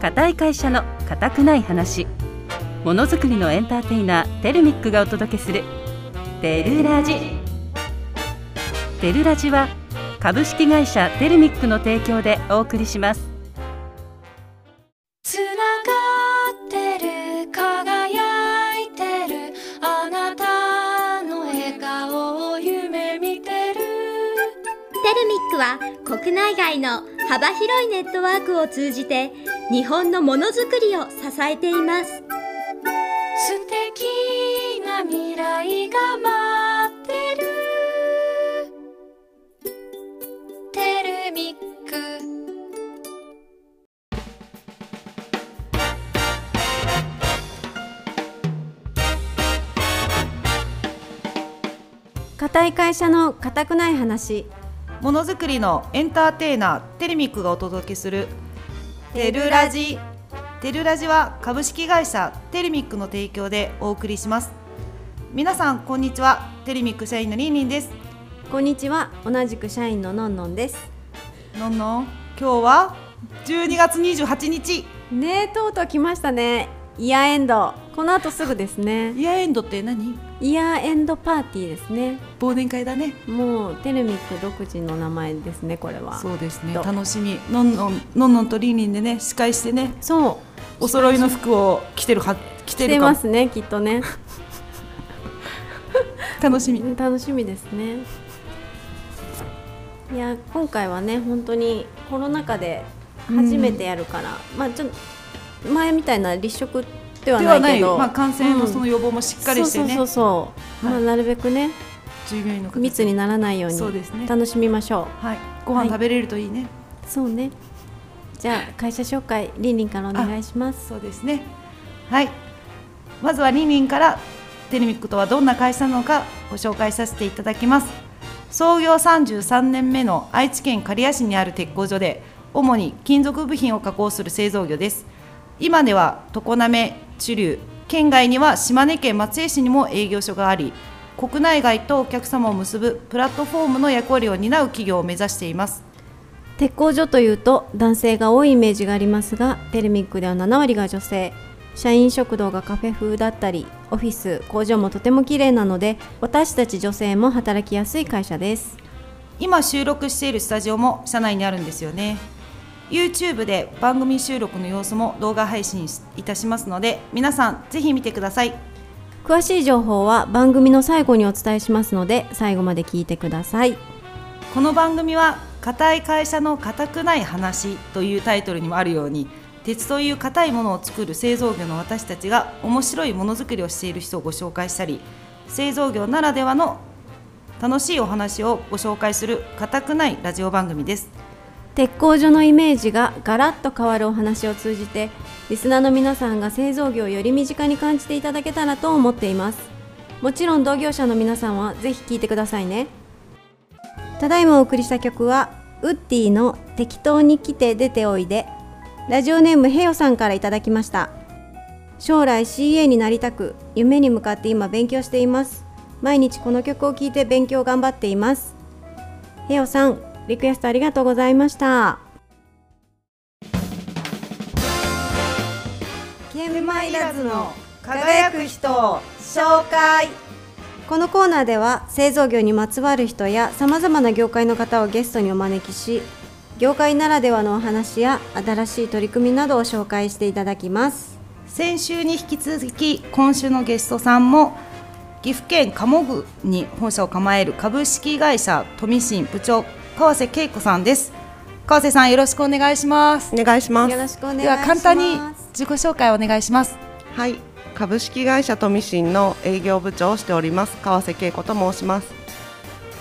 固い会社の固くない話ものづくりのエンターテイナーテルミックがお届けする「テルラジ」テルラジは株式会社テルミックの提供でお送りしますつながってる輝いてるあなたの笑顔を夢見てるテルミックは国内外の幅広いネットワークを通じて日本のものづくりを支えています素敵な未来が待ってるテルミック固い会社の固くない話ものづくりのエンターテイナーテルミックがお届けするテルラジテルラジは株式会社テルミックの提供でお送りします皆さんこんにちはテルミック社員のりんりんですこんにちは同じく社員ののんのんですのんのん今日は12月28日ねえとうとう来ましたねイヤーエンドこの後すぐですねイヤーエンドって何イヤーエンドパーティーですね忘年会だねもうテルミック独自の名前ですねこれはそうですねどう楽しみのんのんのんのんとりんりんでね司会してねそうお揃いの服を着てるは来着ててるかまもすねきっと ね楽しみ楽しみですねいや今回はね本当にコロナ禍で初めてやるから、まあちょっと前みたいな立食ではでなはいなけい、どまあ、感染うのんその予防もしっかりしてそうそね、うそうそう、はいまあなるべくね従業員の方密にならないようにそうですね楽しみましょはい、ご飯食べれるといいね、うそうねじゃあ会社紹介りんりんからお願いしますそうですねはいまずはりんりんからテルミックとはどんな会社なのかご紹介させていただきます創業33年目の愛知県刈谷市にある鉄工所で主に金属部品を加工する製造業です今では常滑、知立、県外には島根県松江市にも営業所があり国内外とお客様を結ぶプラットフォームの役割を担う企業を目指しています鉄工所というと男性が多いイメージがありますがテルミックでは7割が女性社員食堂がカフェ風だったりオフィス工場もとても綺麗なので私たち女性も働きやすい会社です今収録しているスタジオも社内にあるんですよね YouTube で番組収録の様子も動画配信いたしますので皆さんぜひ見てください詳しい情報は番組の最後にお伝えしますので最後まで聞いてくださいこの番組は「固い会社の固くない話」というタイトルにもあるように鉄という固いものを作る製造業の私たちが面白いものづくりをしている人をご紹介したり製造業ならではの楽しいお話をご紹介する固くないラジオ番組です鉄工所のイメージがガラッと変わるお話を通じてリスナーの皆さんが製造業をより身近に感じていただけたらと思っていますもちろん同業者の皆さんはぜひ聴いてくださいねただいまお送りした曲はウッディの「適当に来て出ておいで」ラジオネームヘヨさんからいただきました将来 CA になりたく夢に向かって今勉強しています毎日この曲を聴いて勉強頑張っていますヘヨさんリクエストありがとうございました現場いらずの輝く人紹介このコーナーでは製造業にまつわる人やさまざまな業界の方をゲストにお招きし業界ならではのお話や新しい取り組みなどを紹介していただきます先週に引き続き今週のゲストさんも岐阜県鴨区に本社を構える株式会社富信部長川瀬恵子さんです川瀬さんよろしくお願いしますお願いしまよろす。しくお願いしますでは簡単に自己紹介をお願いしますはい、株式会社トミシンの営業部長をしております川瀬恵子と申します。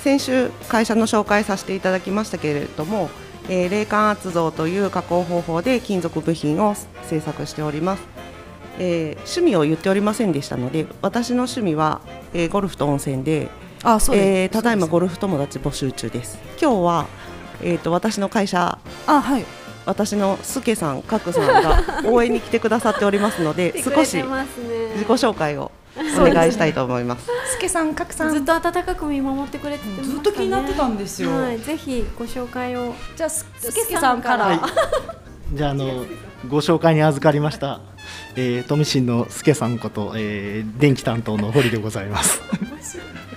先週会社の紹介させていただきましたけれども、えー、冷感圧造という加工方法で金属部品を製作しております。えー趣味を言っておりませんでしたので、私の趣味は、えーゴルフと温泉で、あえーただいまゴルフ友達募集中です。今日は、えー、と私の会社あはい私のすけさん、かくさんが応援に来てくださっておりますので、少し自己紹介をお願いしたいと思います。すけさんかくさんずっと温かく見守ってくれてましたねずっと気になってたんですよはい、ぜひご紹介をじゃあすすけさんからはいじゃああのご紹介に預かりました、えー、富信の助さんこと、えー、電気担当の堀でござい ます。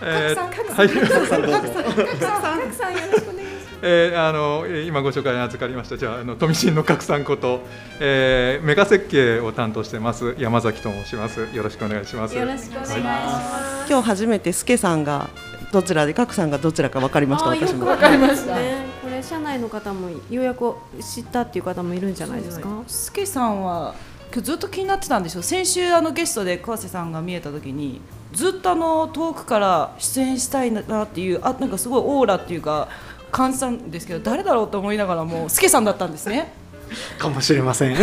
えー、はい、さんどうぞ。 えー、あのえー今ご紹介に預かりましたじゃああの富信の拡散こと、えー、メガ設計を担当してます山崎と申しますよろしくお願いしますよろしくお願いしはます。今日初めてスケさんがどちらでカクさんがどちらか分かりましたあーよ私くもわかりましたね。これ社内の方もようやく知ったっていう方もいるんじゃないですか。すけさんは今日ずっと気になってたんでしょ先週あのゲストで桑瀬さんが見えた時にずっとあの遠くから出演したいなっていうあなんかすごいオーラっていうか感じたんですけど誰だろうと思いながらもすけさんだったんですね かもしれません。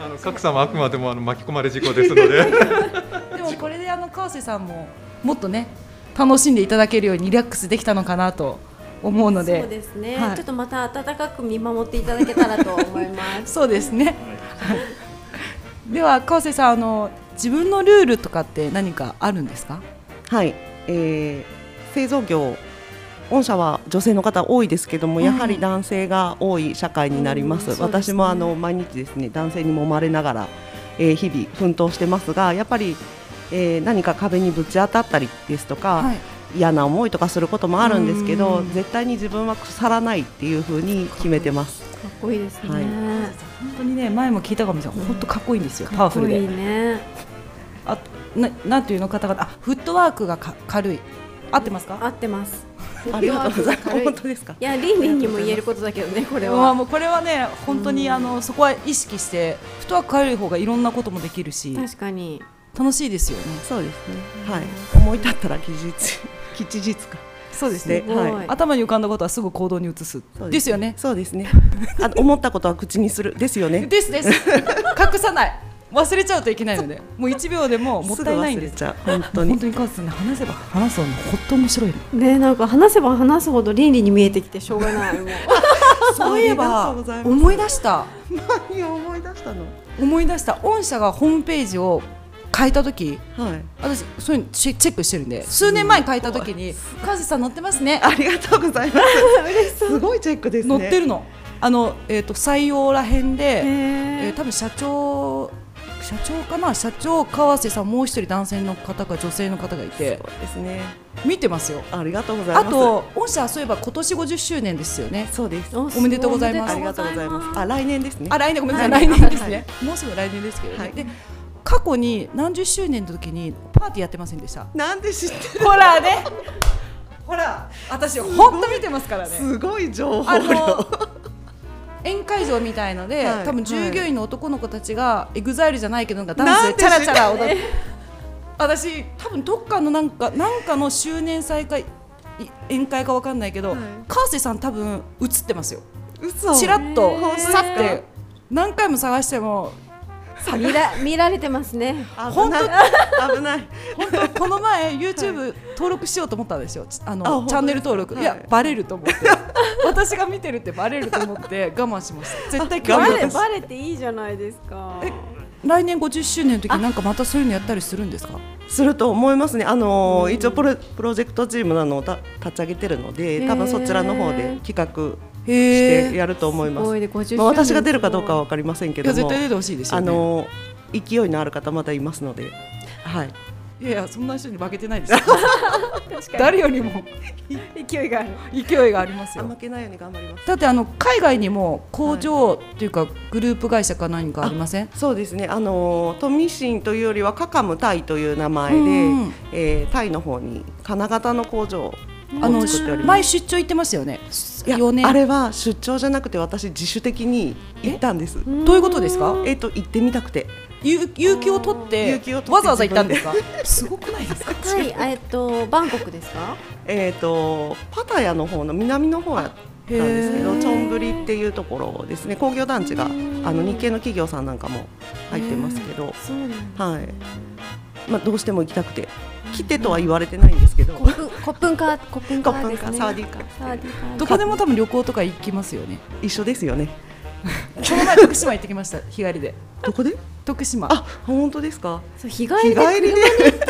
あの拡散はあくまでもあの巻き込まれ事故ですのででもこれであの川瀬さんももっとね楽しんでいただけるようにリラックスできたのかなと思うのでそうですね、はいちょっとまた温かく見守っていただけたらと思います。そうですね では川瀬さんあの自分のルールとかって何かあるんですかはい、えー製造業御社は女性の方多いですけども、やはり男性が多い社会になります、うんそうですね私もあの毎日ですね男性に揉まれながら、えー日々奮闘してますがやっぱり、えー何か壁にぶち当たったりですとか、はい嫌な思いとかすることもあるんですけど、うん絶対に自分は腐らないっていうふうに決めてますかっこいいですね。はい本当にね前も聞いたかもしれない本当かっこいいんですよパかワっフこルいいでね。あななんていうの方々あフットワークがか軽い合ってます合かってます。ありがとうござい ます軽本当ですかいやリンリンにも言えることだけどねこれうわは。もうこれはね本当にあのそこは意識してフットワーク軽い方がいろんなこともできるし確かに。楽しいですよねそうですねはい思い立ったら期日 吉日かそうですねねすごいはい頭に浮かんだことはすぐ行動に移すそうですよねそうですねあ思ったことは口にするですよねですです隠さない忘れちゃうといけないのでもう1秒で ももったいないんですすぐ忘れちゃう本当に本当にカズさんね話せば話すのほっと面白いのねなんか話せば話すほどリンリンに見えてきてしょうが ない。もう そういえばありがとうございます思い出した何を思い出したの思い出した御社がホームページを変えた時はい私そういうのチェチェックしてるんで数年前に変えた時に「カズさん乗ってますね」あありがとうご ざいますすごいチェックですね乗ってるのあの、えー、と採用らへんで、へえー多分社長社長かな社長川瀬さんもう一人男性の方か女性の方がいてそうですね見てますよありがとうございまあすと御社はそういえば今年50周年ですよねそうですおすおめでとうございますありがとうございますあ来年ですねあ来年ごめんなさい、来年ですね、もうすぐ来年ですけどね、はいで過去に何十周年の時にパーティーやってませんでしたなんで知ってるほらねほら私本当見てますからねすごい情報あ量の宴会場みたいので、はい多分従業員の男の子たちがエグザイルじゃないけどなんかダなンんスでで知チっャてラチャラ踊って 私多分どっかのなんかなんかの周年再会い宴会かわかんないけど、川瀬さん多分映ってますよ嘘ちらっと本当ですかさって何回も探しても見ら見られてますね。危ない危ない本当 この前 YouTube 登録しようと思ったんですよちあのあ本当チャンネル登録、はいい、やバレると 思って私が見てるってバレると思って我慢しました絶対バ興味レないバレていいじゃないですか。来年50周年の時になんかまたそういうのやったりするんですかすると思いますね、あのー一応プロプロジェクトチームなのをた立ち上げてるので、多分そちらの方で企画してやると思いますす。ごいね50周年まあ、私が出るかどうかは分かりませんけいやど絶も、対出てほしいですよあね、のー勢いのある方まだいますので、はい、いやいやそんな人に負けてないですよ誰よりも勢いがある。勢いがあります負よけないように頑張ります。だってあの海外にも工場っていうかグループ会社か何かありませんそうですね、あのー、トミシンというよりはカカムタイという名前で、うんえータイの方に金型の工場をあの作っております。前出張行ってますよねいや4年あれは出張じゃなくて私自主的に行ったんです。どういうことですかえっと行ってみたくて。有有給を取って有給を取ってわざわざ行ったんですかすごくないですかはい、えっとバンコクですか。えー、とパタヤの方の南の方やったんですけへどーチョンブリっていうところですね工業団地があの日系の企業さんなんかも入ってますけど、そうなんだ。はいまあ、どうしても行きたくて来てとは言われてないんですけどコップコップンカーコップンカカッープでンすかね。サーディンかサーディーカーどこでも多分旅行とか行きますよね一緒ですよねこの前徳島行ってきました日帰りでどこで徳島あ本当ですかそう日帰日りで帰りで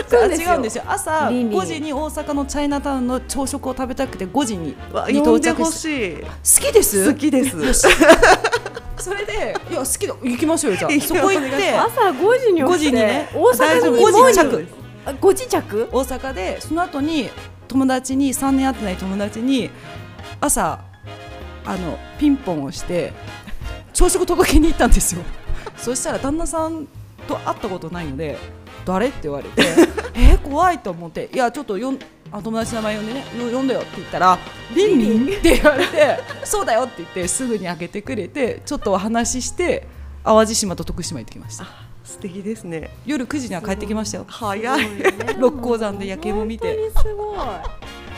そうです違ようんですよ朝リンリン5時に大阪のチャイナタウンの朝食を食べたくて5時にわに呼到んで着ほししい好きです好きです それでいや好きだ行きましょうよじゃいあやそこ行って朝5時に起きて5時にね大大阪丈夫にもう5時着ですあ5時着大阪でその後に友達に3年会ってない友達に朝あのピンポンをして 朝食届けに行ったんですよ そしたら旦那さんと会ったことないので誰って言われて えー怖いと思っていやちょっとよんあ友達の名前呼んでねよ呼んだよって言ったらリンリンって言われてそうだよって言ってすぐに開けてくれてちょっとお話しして淡路島と徳島行ってきました素敵ですね。夜9時には帰ってきましたよ早い。六甲山で夜景も見て本当にすごい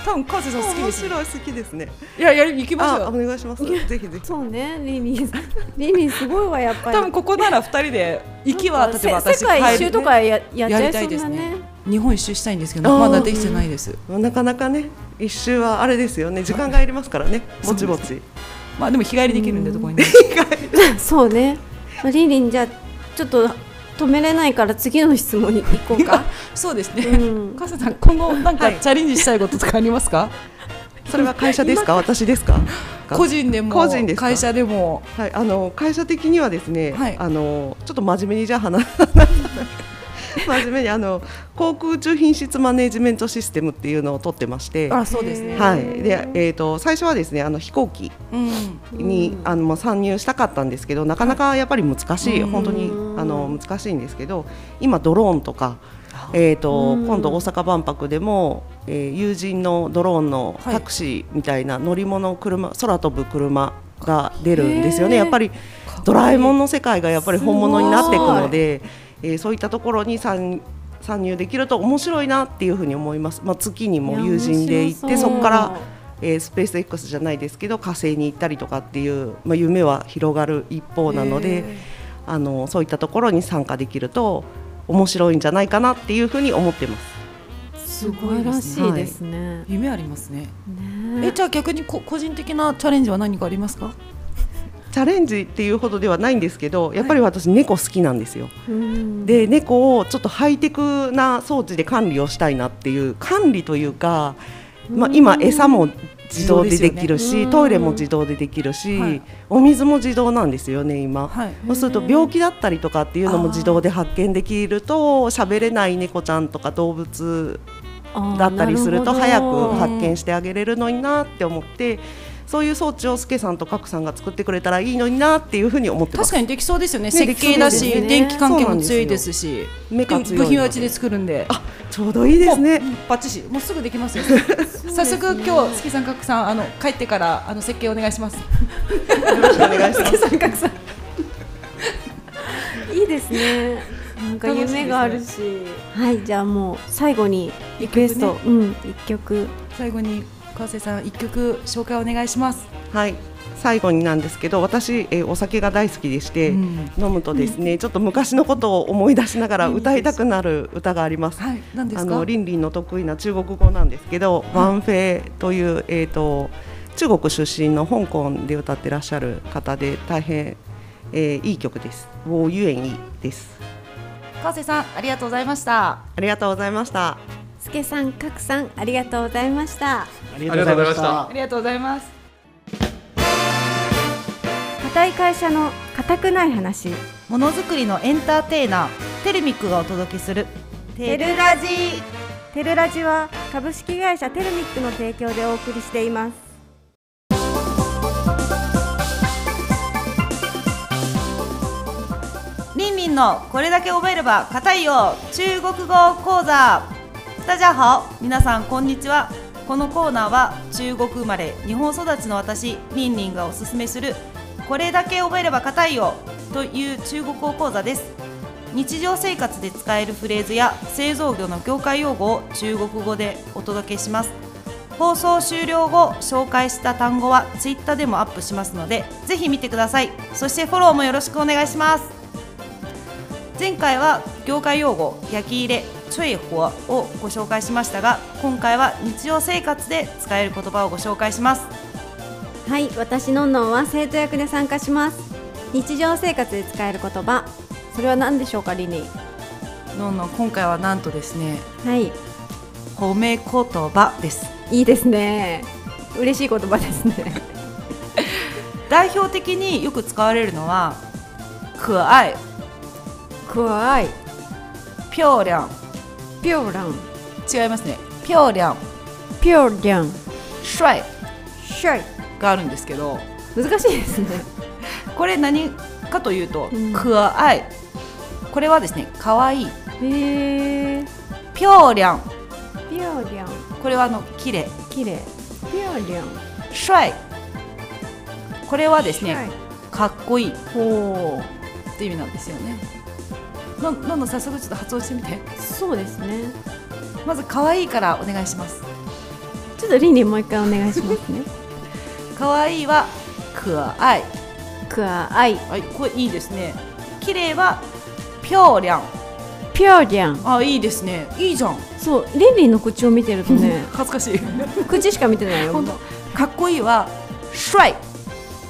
多分川瀬さん好きで面すよ白い好きですね。いやいや行きましょうあ、およ願いします。ぜひぜひ。そうねリンリン リンリンすごいわやっぱり多分ここなら二人で行きは例えばせ私世界一周と帰るかややっちゃやいりたそいうですなねね日本一周したいんですけどあーまだできてないですなかなかね、一周はあれですよね。時間がいりますからね。そぼうですちぼち。まあでも日帰りできるんでどこにでもそうね、まあ、リンリンじゃあちょっと止めれないから次の質問に行こう かそうですうねん川瀬さん今後なんかはいチャレンジしたいこととかありますかそれは会社ですか、私ですか。個人でも個人ですか会社でもはい、あの会社的にはですね、はいあのちょっと真面目にじゃあ話 真面目にあの航空宇宙品質マネジメントシステムっていうのを取ってまして、はあそうですねい、でえっ、と最初はですねあの飛行機うんに、あのまあ参入したかったんですけどなかなかやっぱり難しい、うん本当にあの難しいんですけど今ドローンとか、えー、とうん今度大阪万博でも、えー友人のドローンのはいタクシーみたいな乗り物車空飛ぶ車が出るんですよねへーやっぱりドラえもんの世界がやっぱり本物になっていくので、えーそういったところに参参入できると面白いなっていうふうに思います。まあ、月にも友人で行っいやて面白そそうこからえースペース X じゃないですけど火星に行ったりとかっていう、まあ、夢は広がる一方なのであのそういったところに参加できると面白いんじゃないかなっていうふうに思ってます。すごいらしいですね,、夢ありますねねえじゃあ逆にこ個人的なチャレンジは何かありますかチャレンジっていうほどではないんですけどやっぱり私猫好きなんですよ、うんで猫をちょっとハイテクな装置で管理をしたいなっていう管理というか、まあ、今餌も自動ででき自動でるすよし、ねトイレも自動でできるし、はいお水も自動なんですよね今、はいそうすると病気だったりとかっていうのも自動で発見できると喋れない猫ちゃんとか動物だったりするとあー早くなるほど発見してあげれるのになって思ってそういう装置をスケさんとカクさんが作ってくれたらいいのになっていうふうに思ってま確すかにできそうですよねね設計だできし、そうですね電気関係も強いですし目が強いのでで部品はうちで作るんであちょうどいいですねバッチシもうすぐできます よ早速今日月さん角さんあの帰ってからあの設計お願いし ますよろしくお願いします三角さんいいですねなんか夢があるしはいじゃあもう最後にリクエスト、一うん一曲最後に川瀬さん一曲紹介お願いしますはい最後になんですけど私、えーお酒が大好きでして、うん飲むとですねちょっと昔のことを思い出しながら歌いたくなる歌があります、はい何ですあかのリンリンの得意な中国語なんですけど、ワンフェイという、えー、と中国出身の香港で歌ってらっしゃる方で大変、えーいい曲です。ウォーユエンイです。川瀬さんありがとうございましたありがとうございました。すけさんかくさんありがとうございましたありがとうございましありがとうございたまありがとうございます固い会社の固くない話ものづくりのエンターテイナーテルミックがお届けするテルラジテルラジは株式会社テルミックの提供でお送りしていますリンリンのこれだけ覚えれば硬いよ中国語講座ダジャハオ皆さんこんにちはこのコーナーは中国生まれ日本育ちの私リンリンがおすすめするこれだけ覚えれば硬いよという中国語講座です日常生活で使えるフレーズや製造業の業界用語を中国語でお届けします放送終了後紹介した単語はツイッターでもアップしますのでぜひ見てくださいそしてフォローもよろしくお願いします前回は業界用語焼き入れチョイホアをご紹介しましたが今回は日常生活で使える言葉をご紹介しますはい私のんのんは生徒役で参加します日常生活で使える言葉それは何でしょうかリリンのんのん今回はなんとですねはい褒め言葉ですいいですね嬉しい言葉ですね代表的によく使われるのは可愛、怖 い漂亮、ぴょらん違いますね。漂亮、ぴょりゃん帅しょいがあるんですけど、難しいですねこれ何かというとうん可愛、これはですね可愛い、 へえ漂亮、ぴょりゃんこれはあの綺麗、綺麗ぴょりゃん帅、これはですね、はいかっこいいって意味なんですよね。ののんのん早速ちょっと発音してみて。そうですねまず可愛いからお願いします。ちょっとリンリンもう一回お願いしますね可愛いは可愛い。 くわあいはい、これいいですね。綺麗は漂亮。ぴょりゃんあ、いいですね。いいじゃん。そうリンリンの口を見てるとね恥ず かしい。口しか見てないよ本当。かっこいいは帅。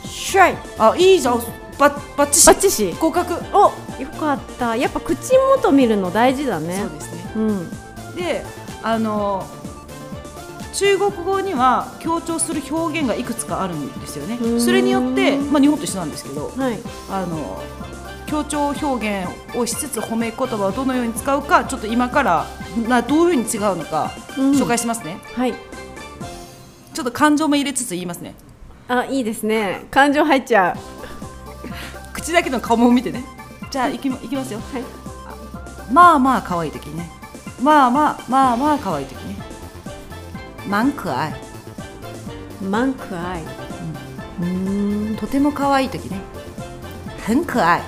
しょいあ、いいじゃん。ばバッチシバッチシ合格。およかったやっぱ口元見るの大事だねそうですね。うんで、あの中国語には強調する表現がいくつかあるんですよーね。んそれによって、まあ日本と一緒なんですけど、はいあの強調表現をしつつ褒め言葉をどのように使うかちょっと今からなどういうふうに違うのかうん紹介しますね、はいちょっと感情も入れつつ言いますねあいいですね感情入っちゃう口だけの顔も見てねじゃあいき,、ま、いきますよ、はいあまあまあ可愛い時ねまあまあまあまあ可愛い時ねマンクアイマンクアイとても可愛い時ね很可 愛い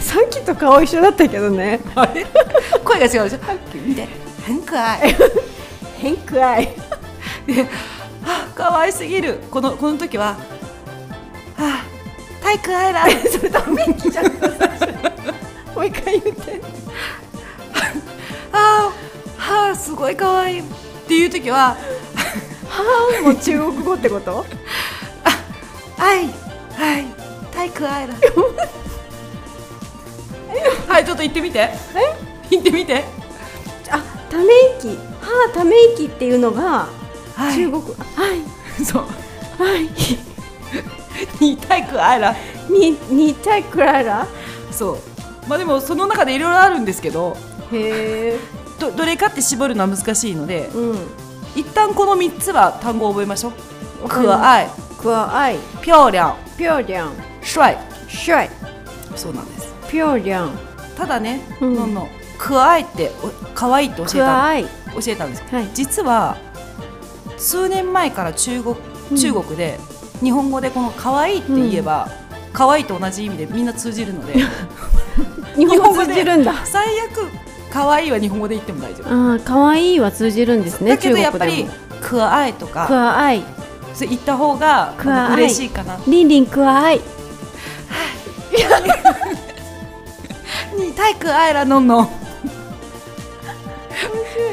さっきと顔一緒だったけどね 声が違うでしょ見て很可愛い 変くアイあ可愛すぎるこのこの時はあ太可愛いな それダメ もう一回言ってあーはあすごい可愛いっていう 時はもう中国語ってことはいはい体育愛だはいちょっと言ってみて言ってみてあため息はあため息っていうのがはい中国はい そうはい に体育愛だににたいくらいらそうまあでもその中でいろいろあるんですけどへえどどれかって絞るのは難しいので うん一旦この三つは単語を覚えましょうわかりま可愛くわあい漂亮ぴょりゃん帅しょいそうなんですぴょりゃんただね、うんのんの可愛いってお可愛いって教えくたのわあい教えたんです、はい実は数年前から中国中国で日本語でこの可愛いって言えば、可愛いと同じ意味でみんな通じるので 日本語 日本語通でじるんだ 最悪可愛いは日本語で言っても大丈夫、ああ可愛いは通じるんですねだ中けど国やっぱでりも可愛いとくかわあいそれ言った方が可愛いあの嬉しいかなりんりんくわあいに体育あいらの んの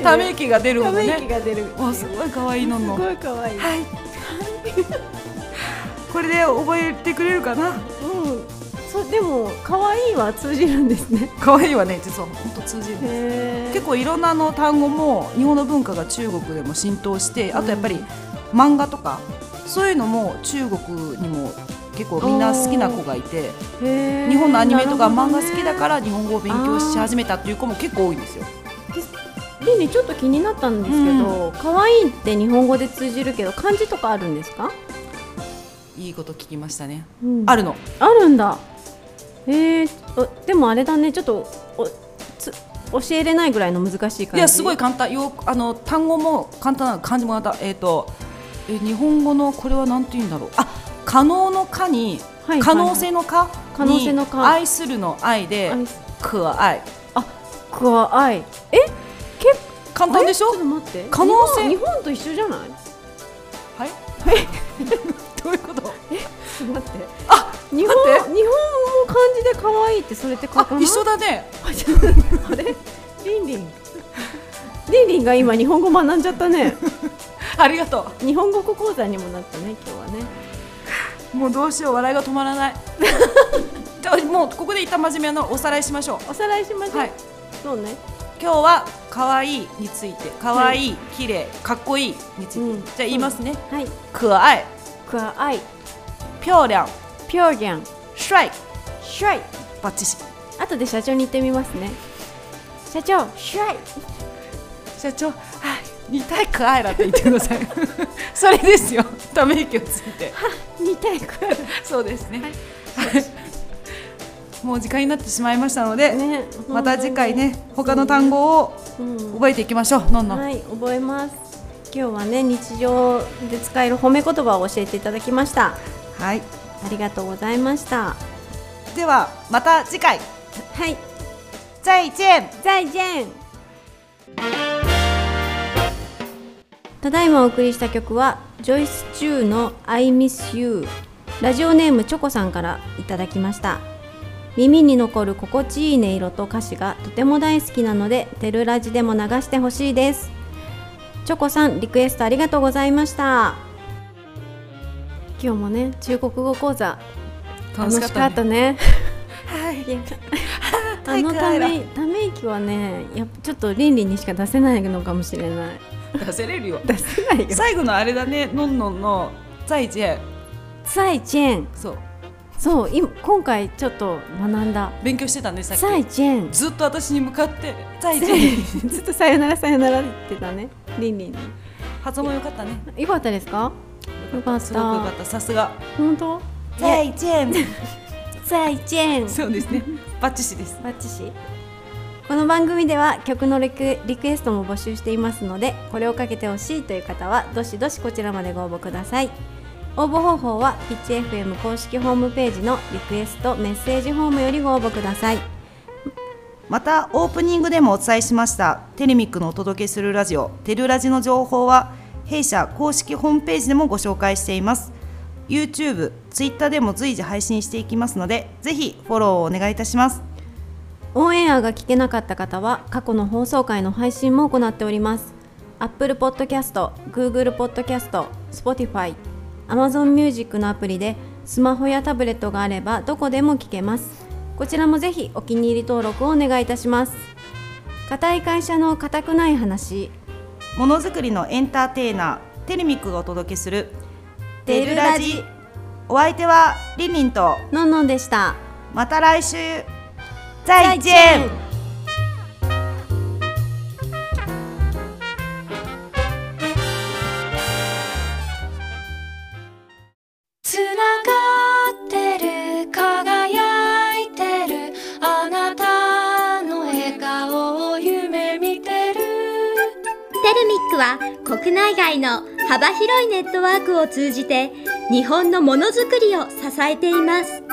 ため息が出るもんねが出るあすごい可愛いのんのいかわいいはい。これで覚えてくれるかな。うんそうでも可愛いは通じるんですね可愛いわね、実は本当通じる。へ結構いろんなあの単語も日本の文化が中国でも浸透して、あとやっぱり漫画とかそういうのも中国にも結構みんな好きな子がいて、へー日本のアニメとか漫な画るほどね好きだから日本語を勉強し始めたっていう子も結構多いんですよ。リンリンちょっと気になったんですけど、可愛いって日本語で通じるけど漢字とかあるんですか、いいこと聞きましたね。ああるの。あるんだえー、おでもあれだねちょっとおつ教えれないぐらいの難しい感じいやすごい簡単よくあの単語も簡単なの漢字も簡単えっ、とえ日本語のこれはなんて言うんだろうあ可能の可に、はい可能性の可可能性の可に愛するの愛で愛す可愛いくわいえ結簡単でしょあれちょっと待って可能性日本日本と一緒じゃない はい どういうことちょっと待ってあ日本日本も漢字で可愛いってそれって書かあない一緒だねあちょっと待って あれリンリンリンリンが今日本語学んじゃったねありがと日本語講座にもなったね今日はねうもうどうしよう笑いが止まら ないじゃあもうここで一旦真面目なのおさらいしましょうおさらいしましょう、はいそうね今日は可愛いについて可愛い綺麗かっこいいについて、うんじゃあ言いますねはい可愛いくわあい漂亮ピョーギャンシュライシュライバッチシ後で社長に言ってみますね社長シュライ社長はい似たいかあいらって言ってください それですよため息をついて似たい声 そうですね、もう時間になってしまいましたので、ねまた次回ね他の単語をうん覚えていきましょうのんのんはい覚えます今日はね日常で使える褒め言葉を教えていただきましたはい、ありがとうございましたではまた次回はいじゃあ一円再见ただいまお送りした曲はジョイス・チューの「I Miss You」ラジオネームチョコさんからいただきました耳に残る心地いい音色と歌詞がとても大好きなのでテルラジでも流してほしいですチョコさんリクエストありがとうございました今日もね中国語講座楽しかったねはいいや あ体育のあたらめため息はねやっぱちょっと倫理にしか出せないのかもしれない出せれるよ出せないよ 最後のあれだねのんのんのじゃあ一円サイチェンそうそう今今回ちょっと学んだ勉強してたねさっサイきチェンずっと私に向かって「じゃあ一円 ずっとさよならさよならって言ってたね倫理に 発音も良かったねよかったですかよかっすごく良かたったさすが本当「じゃあ一円サイチェン そうですねバッチシですバッチシこの番組では曲のリクリクエストも募集していますのでこれをかけてほしいという方はどしどしこちらまでご応募ください応募方法はピッチ FM 公式ホームページのリクエストメッセージフォームよりご応募くださいまたオープニングでもお伝えしましたテレミックのお届けするラジオテルラジの情報は弊社公式ホームページでもご紹介しています YouTube、Twitter でも随時配信していきますのでぜひフォローをお願いいたしますオンエアが聞けなかった方は過去の放送回の配信も行っております Apple Podcast、Google Podcast、Spotify、Amazon Music のアプリでスマホやタブレットがあればどこでも聞けますこちらもぜひお気に入り登録をお願いいたします固い会社の固くない話ものづくりのエンターテイナーテレミックがお届けするテルラジお相手はリンリンとのんのんでしたまた来週再见つながってる輝いてるあなたの笑顔を夢見てるテルミックは国内外の幅広いネットワークを通じて日本のものづくりを支えています素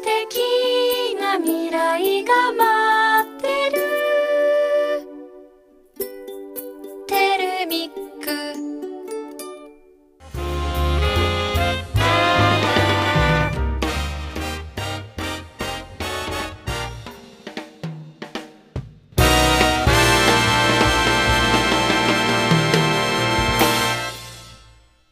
敵な未来が待